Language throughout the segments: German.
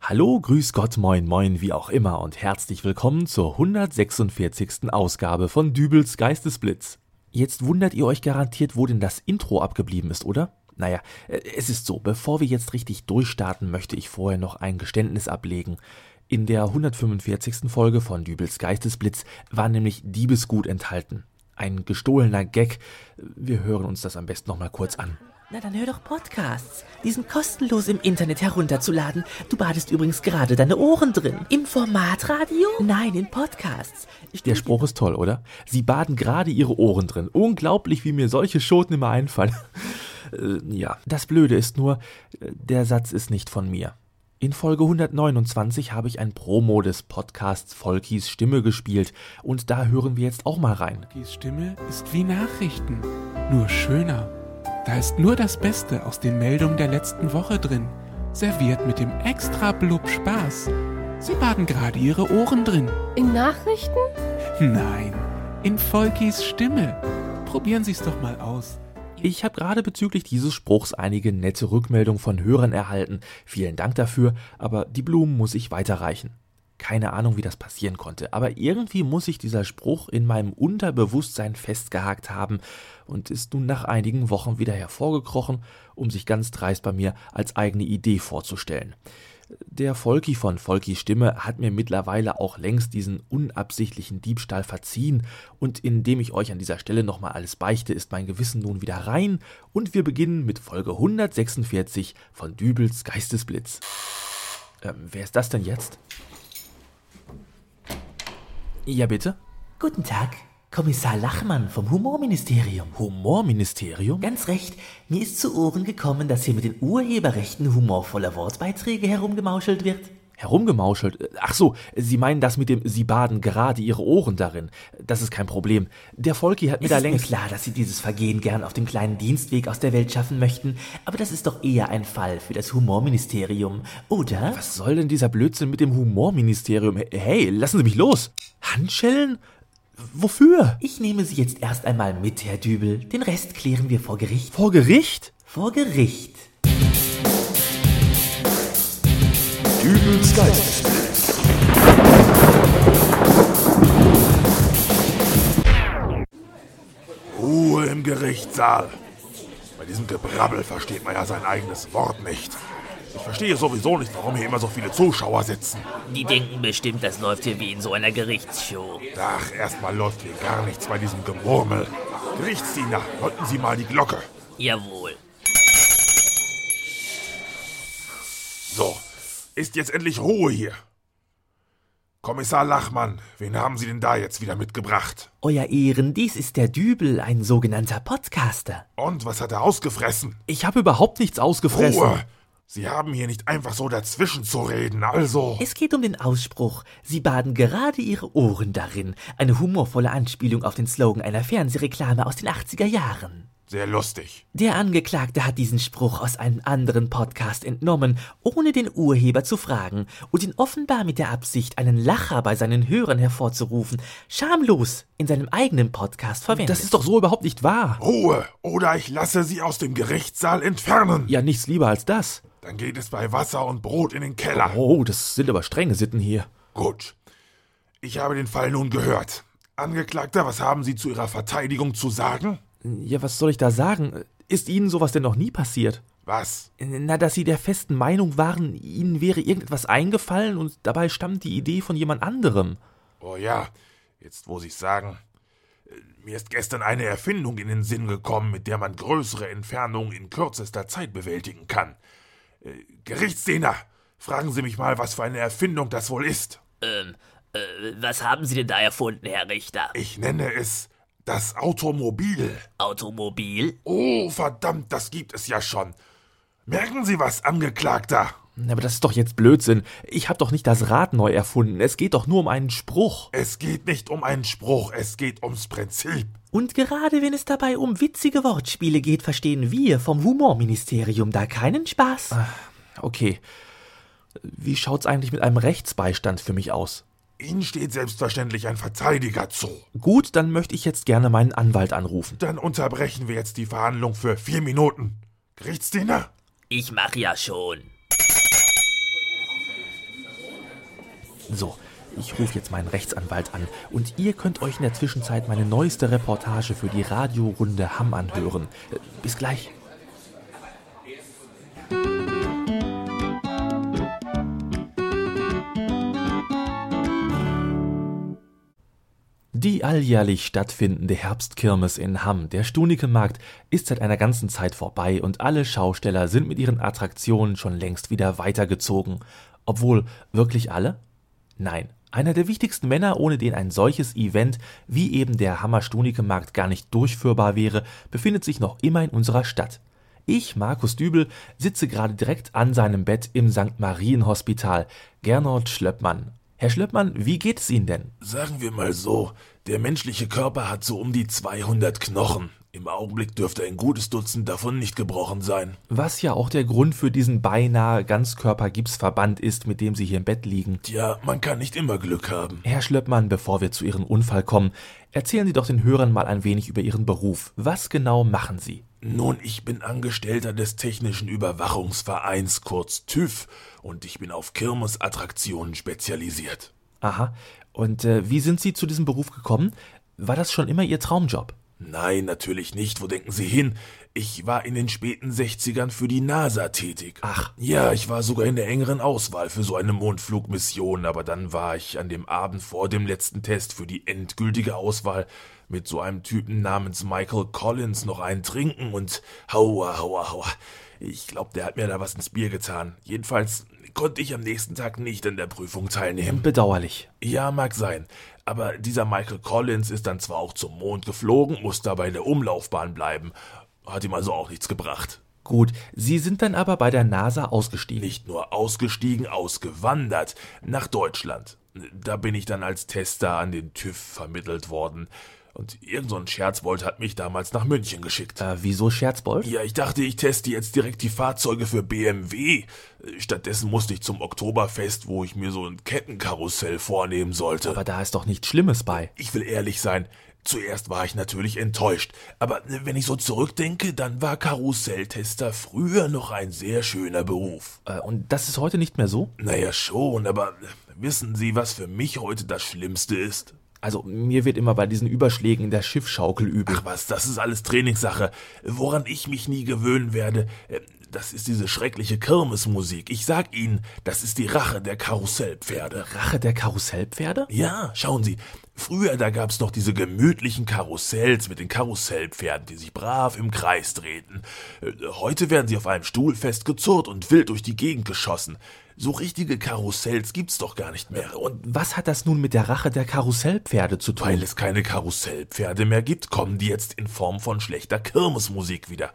Hallo, grüß Gott, moin, moin, wie auch immer und herzlich willkommen zur 146. Ausgabe von Dübels Geistesblitz. Jetzt wundert ihr euch garantiert, wo denn das Intro abgeblieben ist, oder? Naja, äh, es ist so, bevor wir jetzt richtig durchstarten, möchte ich vorher noch ein Geständnis ablegen. In der 145. Folge von Dübels Geistesblitz war nämlich Diebesgut enthalten. Ein gestohlener Gag. Wir hören uns das am besten nochmal kurz an. Na dann hör doch Podcasts. Die sind kostenlos im Internet herunterzuladen. Du badest übrigens gerade deine Ohren drin. Im Formatradio? Nein, in Podcasts. Der Spruch ist toll, oder? Sie baden gerade ihre Ohren drin. Unglaublich, wie mir solche Schoten immer einfallen. Äh, ja, das Blöde ist nur, äh, der Satz ist nicht von mir. In Folge 129 habe ich ein Promo des Podcasts Volkis Stimme gespielt und da hören wir jetzt auch mal rein. Gies Stimme ist wie Nachrichten, nur schöner. Da ist nur das Beste aus den Meldungen der letzten Woche drin, serviert mit dem extra Blub Spaß. Sie baden gerade ihre Ohren drin. In Nachrichten? Nein, in Volkis Stimme. Probieren Sie's doch mal aus. Ich habe gerade bezüglich dieses Spruchs einige nette Rückmeldungen von Hörern erhalten. Vielen Dank dafür, aber die Blumen muss ich weiterreichen. Keine Ahnung, wie das passieren konnte, aber irgendwie muss sich dieser Spruch in meinem Unterbewusstsein festgehakt haben und ist nun nach einigen Wochen wieder hervorgekrochen, um sich ganz dreist bei mir als eigene Idee vorzustellen. Der Volki von Volkis Stimme hat mir mittlerweile auch längst diesen unabsichtlichen Diebstahl verziehen und indem ich euch an dieser Stelle nochmal alles beichte, ist mein Gewissen nun wieder rein und wir beginnen mit Folge 146 von Dübels Geistesblitz. Ähm, wer ist das denn jetzt? Ja, bitte? Guten Tag, Kommissar Lachmann vom Humorministerium. Humorministerium? Ganz recht, mir ist zu Ohren gekommen, dass hier mit den Urheberrechten humorvoller Wortbeiträge herumgemauschelt wird. Herumgemauschelt. Ach so, Sie meinen das mit dem Sie baden gerade Ihre Ohren darin. Das ist kein Problem. Der Volki hat mir Es da ist mir längst. klar, dass Sie dieses Vergehen gern auf dem kleinen Dienstweg aus der Welt schaffen möchten, aber das ist doch eher ein Fall für das Humorministerium, oder? Was soll denn dieser Blödsinn mit dem Humorministerium? Hey, lassen Sie mich los! Handschellen? Wofür? Ich nehme Sie jetzt erst einmal mit, Herr Dübel. Den Rest klären wir vor Gericht. Vor Gericht? Vor Gericht. Dübels Geistesblitz. Ruhe im Gerichtssaal. Bei diesem Gebrabbel versteht man ja sein eigenes Wort nicht. Ich verstehe sowieso nicht, warum hier immer so viele Zuschauer sitzen. Die denken bestimmt, das läuft hier wie in so einer Gerichtsshow. Ach, erstmal läuft hier gar nichts bei diesem Gemurmel. Gerichtsdiener, läuten Sie mal die Glocke. Jawohl. So, ist jetzt endlich Ruhe hier. Kommissar Lachmann, wen haben Sie denn da jetzt wieder mitgebracht? Euer Ehren, dies ist der Dübel, ein sogenannter Podcaster. Und was hat er ausgefressen? Ich habe überhaupt nichts ausgefressen. Ruhe! Sie haben hier nicht einfach so dazwischen zu reden, also. Es geht um den Ausspruch, Sie baden gerade Ihre Ohren darin. Eine humorvolle Anspielung auf den Slogan einer Fernsehreklame aus den 80er Jahren. Sehr lustig. Der Angeklagte hat diesen Spruch aus einem anderen Podcast entnommen, ohne den Urheber zu fragen und ihn offenbar mit der Absicht, einen Lacher bei seinen Hörern hervorzurufen, schamlos in seinem eigenen Podcast verwendet. Das ist doch so überhaupt nicht wahr. Ruhe, oder ich lasse Sie aus dem Gerichtssaal entfernen. Ja, nichts lieber als das. Dann geht es bei Wasser und Brot in den Keller. Oh, das sind aber strenge Sitten hier. Gut. Ich habe den Fall nun gehört. Angeklagter, was haben Sie zu Ihrer Verteidigung zu sagen? Ja, was soll ich da sagen? Ist Ihnen sowas denn noch nie passiert? Was? Na, dass Sie der festen Meinung waren, Ihnen wäre irgendetwas eingefallen und dabei stammt die Idee von jemand anderem. Oh ja, jetzt wo Sie es sagen. Äh, Mir ist gestern eine Erfindung in den Sinn gekommen, mit der man größere Entfernungen in kürzester Zeit bewältigen kann. Äh, Gerichtsdiener, fragen Sie mich mal, was für eine Erfindung das wohl ist. Äh, was haben Sie denn da erfunden, Herr Richter? Ich nenne es das Automobil. Automobil? Oh, verdammt, das gibt es ja schon. Merken Sie was, Angeklagter? Na, Aber das ist doch jetzt Blödsinn. Ich habe doch nicht das Rad neu erfunden. Es geht doch nur um einen Spruch. Es geht nicht um einen Spruch, es geht ums Prinzip. Und gerade wenn es dabei um witzige Wortspiele geht, verstehen wir vom Humorministerium da keinen Spaß. Ah, Okay. Wie schaut's eigentlich mit einem Rechtsbeistand für mich aus? Ihnen steht selbstverständlich ein Verteidiger zu. Gut, dann möchte ich jetzt gerne meinen Anwalt anrufen. Dann unterbrechen wir jetzt die Verhandlung für vier Minuten. Gerichtsdiener? Ich mach ja schon. So, ich rufe jetzt meinen Rechtsanwalt an und ihr könnt euch in der Zwischenzeit meine neueste Reportage für die Radiorunde Hamm anhören. Äh, Bis gleich. Die alljährlich stattfindende Herbstkirmes in Hamm, der Stunicke Markt, ist seit einer ganzen Zeit vorbei und alle Schausteller sind mit ihren Attraktionen schon längst wieder weitergezogen. Obwohl, wirklich alle? Nein, einer der wichtigsten Männer, ohne den ein solches Event wie eben der Hammer Stunicke Markt gar nicht durchführbar wäre, befindet sich noch immer in unserer Stadt. Ich, Markus Dübel, sitze gerade direkt an seinem Bett im St. Marien Hospital. Gernot Schlöppmann. Herr Schlöppmann, wie geht es Ihnen denn? Sagen wir mal so, der menschliche Körper hat so um die 200 Knochen. Im Augenblick dürfte ein gutes Dutzend davon nicht gebrochen sein. Was ja auch der Grund für diesen beinahe Ganzkörpergipsverband ist, mit dem Sie hier im Bett liegen. Tja, man kann nicht immer Glück haben. Herr Schlöppmann, bevor wir zu Ihrem Unfall kommen, erzählen Sie doch den Hörern mal ein wenig über Ihren Beruf. Was genau machen Sie? Nun, ich bin Angestellter des Technischen Überwachungsvereins, kurz TÜV, und ich bin auf Kirmesattraktionen spezialisiert. Aha. Und äh, wie sind Sie zu diesem Beruf gekommen? War das schon immer Ihr Traumjob? Nein, natürlich nicht. Wo denken Sie hin? Ich war in den späten 60ern für die NASA tätig. Ach. Ja, ich war sogar in der engeren Auswahl für so eine Mondflugmission, aber dann war ich an dem Abend vor dem letzten Test für die endgültige Auswahl mit so einem Typen namens Michael Collins noch einen trinken und haua, haua, haua. Ich glaube, der hat mir da was ins Bier getan. Jedenfalls konnte ich am nächsten Tag nicht an der Prüfung teilnehmen. Hm, Bedauerlich. Ja, mag sein. Aber dieser Michael Collins ist dann zwar auch zum Mond geflogen, muss dabei in der Umlaufbahn bleiben. Hat ihm also auch nichts gebracht. Gut, Sie sind dann aber bei der NASA ausgestiegen. Nicht nur ausgestiegen, ausgewandert nach Deutschland. Da bin ich dann als Tester an den TÜV vermittelt worden. Und irgend so ein Scherzbold hat mich damals nach München geschickt. Äh, wieso Scherzbold? Ja, ich dachte, ich teste jetzt direkt die Fahrzeuge für BMW. Stattdessen musste ich zum Oktoberfest, wo ich mir so ein Kettenkarussell vornehmen sollte. Aber da ist doch nichts Schlimmes bei. Ich will ehrlich sein. Zuerst war ich natürlich enttäuscht, aber wenn ich so zurückdenke, dann war Karusselltester früher noch ein sehr schöner Beruf. Äh, und das ist heute nicht mehr so? Naja schon, aber wissen Sie, was für mich heute das Schlimmste ist? Also mir wird immer bei diesen Überschlägen in der Schiffschaukel übel. Ach was, das ist alles Trainingssache. Woran ich mich nie gewöhnen werde, äh, das ist diese schreckliche Kirmesmusik. Ich sag Ihnen, das ist die Rache der Karussellpferde. Rache der Karussellpferde? Ja, schauen Sie. Früher, da gab's noch diese gemütlichen Karussells mit den Karussellpferden, die sich brav im Kreis drehten. Äh, Heute werden sie auf einem Stuhl festgezurrt und wild durch die Gegend geschossen. So richtige Karussells gibt's doch gar nicht mehr. Und Was hat das nun mit der Rache der Karussellpferde zu tun? weil es keine Karussellpferde mehr gibt, kommen die jetzt in Form von schlechter Kirmesmusik wieder.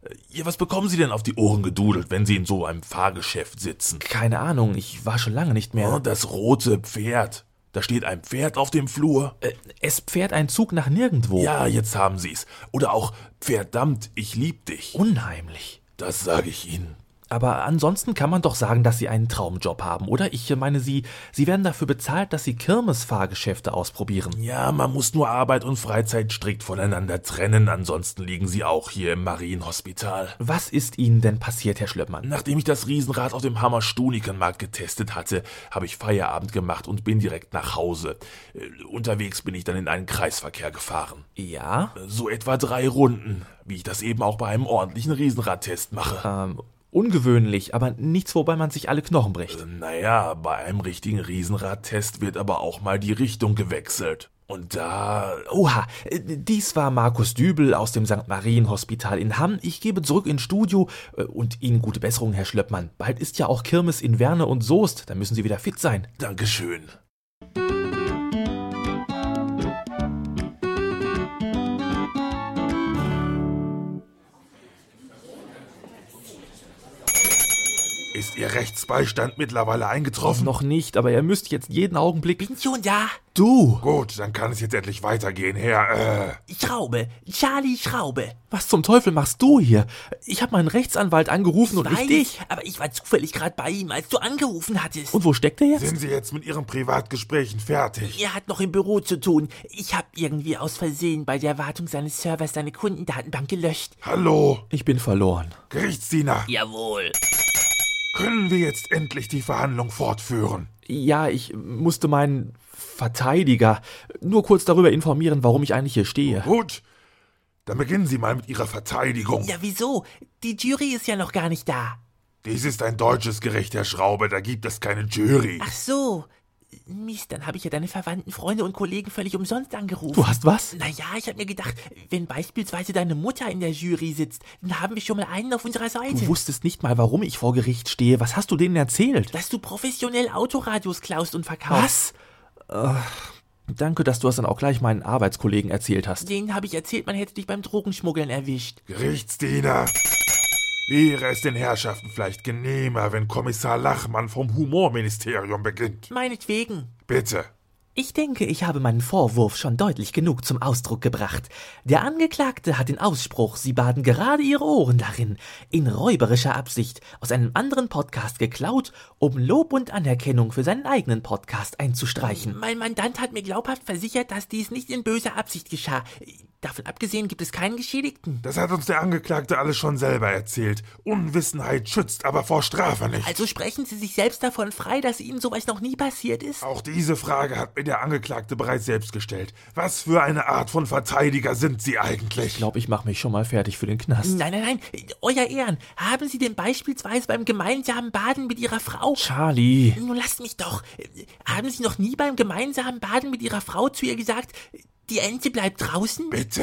Äh, Ja, was bekommen Sie denn auf die Ohren gedudelt, wenn Sie in so einem Fahrgeschäft sitzen? Keine Ahnung, ich war schon lange nicht mehr. Oh, das rote Pferd. Da steht ein Pferd auf dem Flur. Äh, es fährt ein Zug nach nirgendwo. Ja, jetzt haben Sie's. Oder auch verdammt, ich lieb dich. Unheimlich. Das sage ich Ihnen. Aber ansonsten kann man doch sagen, dass sie einen Traumjob haben, oder? Ich äh, meine, sie, sie werden dafür bezahlt, dass sie Kirmesfahrgeschäfte ausprobieren. Ja, man muss nur Arbeit und Freizeit strikt voneinander trennen, ansonsten liegen Sie auch hier im Marienhospital. Was ist Ihnen denn passiert, Herr Schlöppmann? Nachdem ich das Riesenrad auf dem Hammer Stunikenmarkt getestet hatte, habe ich Feierabend gemacht und bin direkt nach Hause. Äh, Unterwegs bin ich dann in einen Kreisverkehr gefahren. Ja? So etwa drei Runden, wie ich das eben auch bei einem ordentlichen Riesenradtest mache. Ähm, ungewöhnlich, aber nichts, wobei man sich alle Knochen bricht. Naja, bei einem richtigen Riesenradtest wird aber auch mal die Richtung gewechselt. Und da. Oha, äh, dies war Markus Dübel aus dem St. Marien Hospital in Hamm. Ich gebe zurück ins Studio äh, und Ihnen gute Besserung, Herr Schlöppmann. Bald ist ja auch Kirmes in Werne und Soest, da müssen Sie wieder fit sein. Dankeschön. Ist Ihr Rechtsbeistand mittlerweile eingetroffen? Noch nicht, aber er müsst jetzt jeden Augenblick... Bin schon da. Du! Gut, dann kann es jetzt endlich weitergehen, Herr. Äh, Schraube. Charlie Schraube. Was zum Teufel machst du hier? Ich habe meinen Rechtsanwalt angerufen und nicht dich. aber ich war zufällig gerade bei ihm, als du angerufen hattest. Und wo steckt er jetzt? sind Sie jetzt mit Ihren Privatgesprächen fertig? er hat noch im Büro zu tun. Ich habe irgendwie aus Versehen bei der Wartung seines Servers seine Kundendatenbank gelöscht. Hallo, Ich bin verloren. Gerichtsdiener. Jawohl. Können wir jetzt endlich die Verhandlung fortführen? Ja, ich musste meinen Verteidiger nur kurz darüber informieren, warum ich eigentlich hier stehe. Gut, dann beginnen Sie mal mit Ihrer Verteidigung. Ja, wieso? Die Jury ist ja noch gar nicht da. Dies ist ein deutsches Gericht, Herr Schraube, da gibt es keine Jury. Ach so. Mist, dann habe ich ja deine Verwandten, Freunde und Kollegen völlig umsonst angerufen. Du hast was? Naja, ich habe mir gedacht, wenn beispielsweise deine Mutter in der Jury sitzt, dann haben wir schon mal einen auf unserer Seite. Du wusstest nicht mal, warum ich vor Gericht stehe. Was hast du denen erzählt? dass du professionell Autoradios klaust und verkaufst. Was? Äh, danke, dass du das dann auch gleich meinen Arbeitskollegen erzählt hast. Denen habe ich erzählt, man hätte dich beim Drogenschmuggeln erwischt. Gerichtsdiener! Wäre es den Herrschaften vielleicht genehmer, wenn Kommissar Lachmann vom Humorministerium beginnt? Meinetwegen. Bitte. Ich denke, ich habe meinen Vorwurf schon deutlich genug zum Ausdruck gebracht. Der Angeklagte hat den Ausspruch, Sie baden gerade Ihre Ohren darin, in räuberischer Absicht aus einem anderen Podcast geklaut, um Lob und Anerkennung für seinen eigenen Podcast einzustreichen. Mein Mandant hat mir glaubhaft versichert, dass dies nicht in böser Absicht geschah. Davon abgesehen gibt es keinen Geschädigten. Das hat uns der Angeklagte alles schon selber erzählt. Unwissenheit schützt aber vor Strafe nicht. Also sprechen Sie sich selbst davon frei, dass Ihnen sowas noch nie passiert ist? Auch diese Frage hat mir der Angeklagte bereits selbst gestellt. Was für eine Art von Verteidiger sind Sie Ich eigentlich? glaube, ich mache mich schon mal fertig für den Knast. Nein, nein, nein, Euer Ehren, haben Sie denn beispielsweise beim gemeinsamen Baden mit Ihrer Frau Charlie, Nun lasst mich doch. Haben Sie noch nie beim gemeinsamen Baden mit Ihrer Frau zu ihr gesagt, die Ente bleibt draußen? Bitte?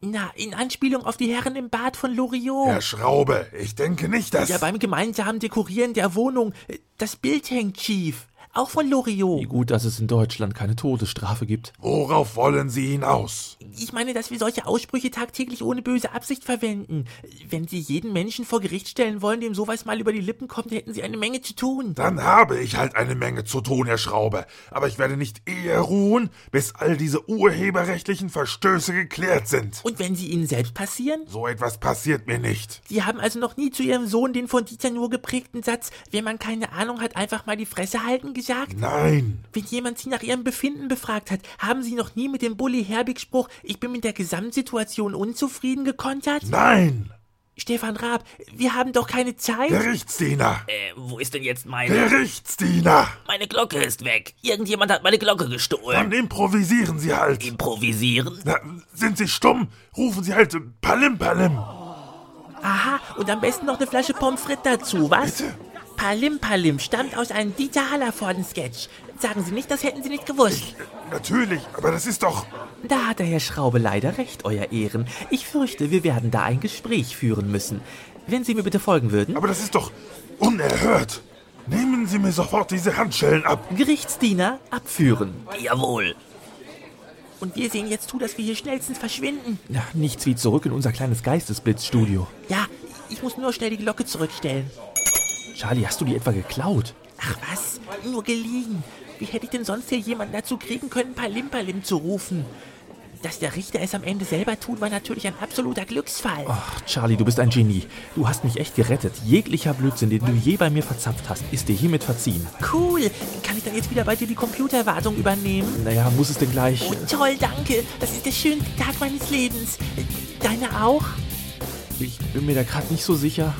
Na, in Anspielung auf die Herren im Bad von Loriot. Herr Schraube, ich denke nicht, dass... Oh. Ja, beim gemeinsamen Dekorieren der Wohnung. Das Bild hängt schief. Auch von wie Loriot. gut, dass es in Deutschland keine Todesstrafe gibt. Worauf wollen Sie hinaus? Ich meine, dass wir solche Aussprüche tagtäglich ohne böse Absicht verwenden. Wenn Sie jeden Menschen vor Gericht stellen wollen, dem sowas mal über die Lippen kommt, hätten Sie eine Menge zu tun. Dann habe ich halt eine Menge zu tun, Herr Schraube. Aber ich werde nicht eher ruhen, bis all diese urheberrechtlichen Verstöße geklärt sind. Und wenn sie Ihnen selbst passieren? So etwas passiert mir nicht. Sie haben also noch nie zu Ihrem Sohn den von Dieter nur geprägten Satz, wenn man keine Ahnung hat, einfach mal die Fresse halten gesagt? Nein. Wenn jemand Sie nach Ihrem Befinden befragt hat, haben Sie noch nie mit dem Bully Herbig-Spruch, ich bin mit der Gesamtsituation unzufrieden gekontert? Nein. Stefan Raab, wir haben doch keine Zeit. Gerichtsdiener. Äh, wo ist denn jetzt meine? Gerichtsdiener. Meine Glocke ist weg. Irgendjemand hat meine Glocke gestohlen. Dann Äh. improvisieren Sie halt. Improvisieren? Na, sind Sie stumm? Rufen Sie halt äh, Palim Palim. Aha, und am besten noch eine Flasche Pommes frites dazu, was? Bitte? Palim Palim stammt aus einem Dieter Hallervorden-Sketch. Sagen Sie nicht, das hätten Sie nicht gewusst. Natürlich, aber das ist doch... Da hat der Herr Schraube leider recht, Euer Ehren. Ich fürchte, wir werden da ein Gespräch führen müssen. Wenn Sie mir bitte folgen würden. Aber das ist doch unerhört. Nehmen Sie mir sofort diese Handschellen ab. Gerichtsdiener abführen. Jawohl. Und wir sehen jetzt zu, dass wir hier schnellstens verschwinden. Na, nichts wie zurück in unser kleines Geistesblitzstudio. Ja, ich muss nur schnell die Glocke zurückstellen. Charlie, hast du die etwa geklaut? Ach was, nur geliehen. Wie hätte ich denn sonst hier jemanden dazu kriegen können, Palim Palim zu rufen? Dass der Richter es am Ende selber tut, war natürlich ein absoluter Glücksfall. Oh. Ach, Charlie, du bist ein Genie. Du hast mich echt gerettet. Jeglicher Blödsinn, den du je bei mir verzapft hast, ist dir hiermit verziehen. Cool, kann ich dann jetzt wieder bei dir die Computerwartung übernehmen? Naja, muss es denn gleich... Oh, toll, danke. Das ist der schönste Tag meines Lebens. Deine auch? Ich bin mir da gerade nicht so sicher.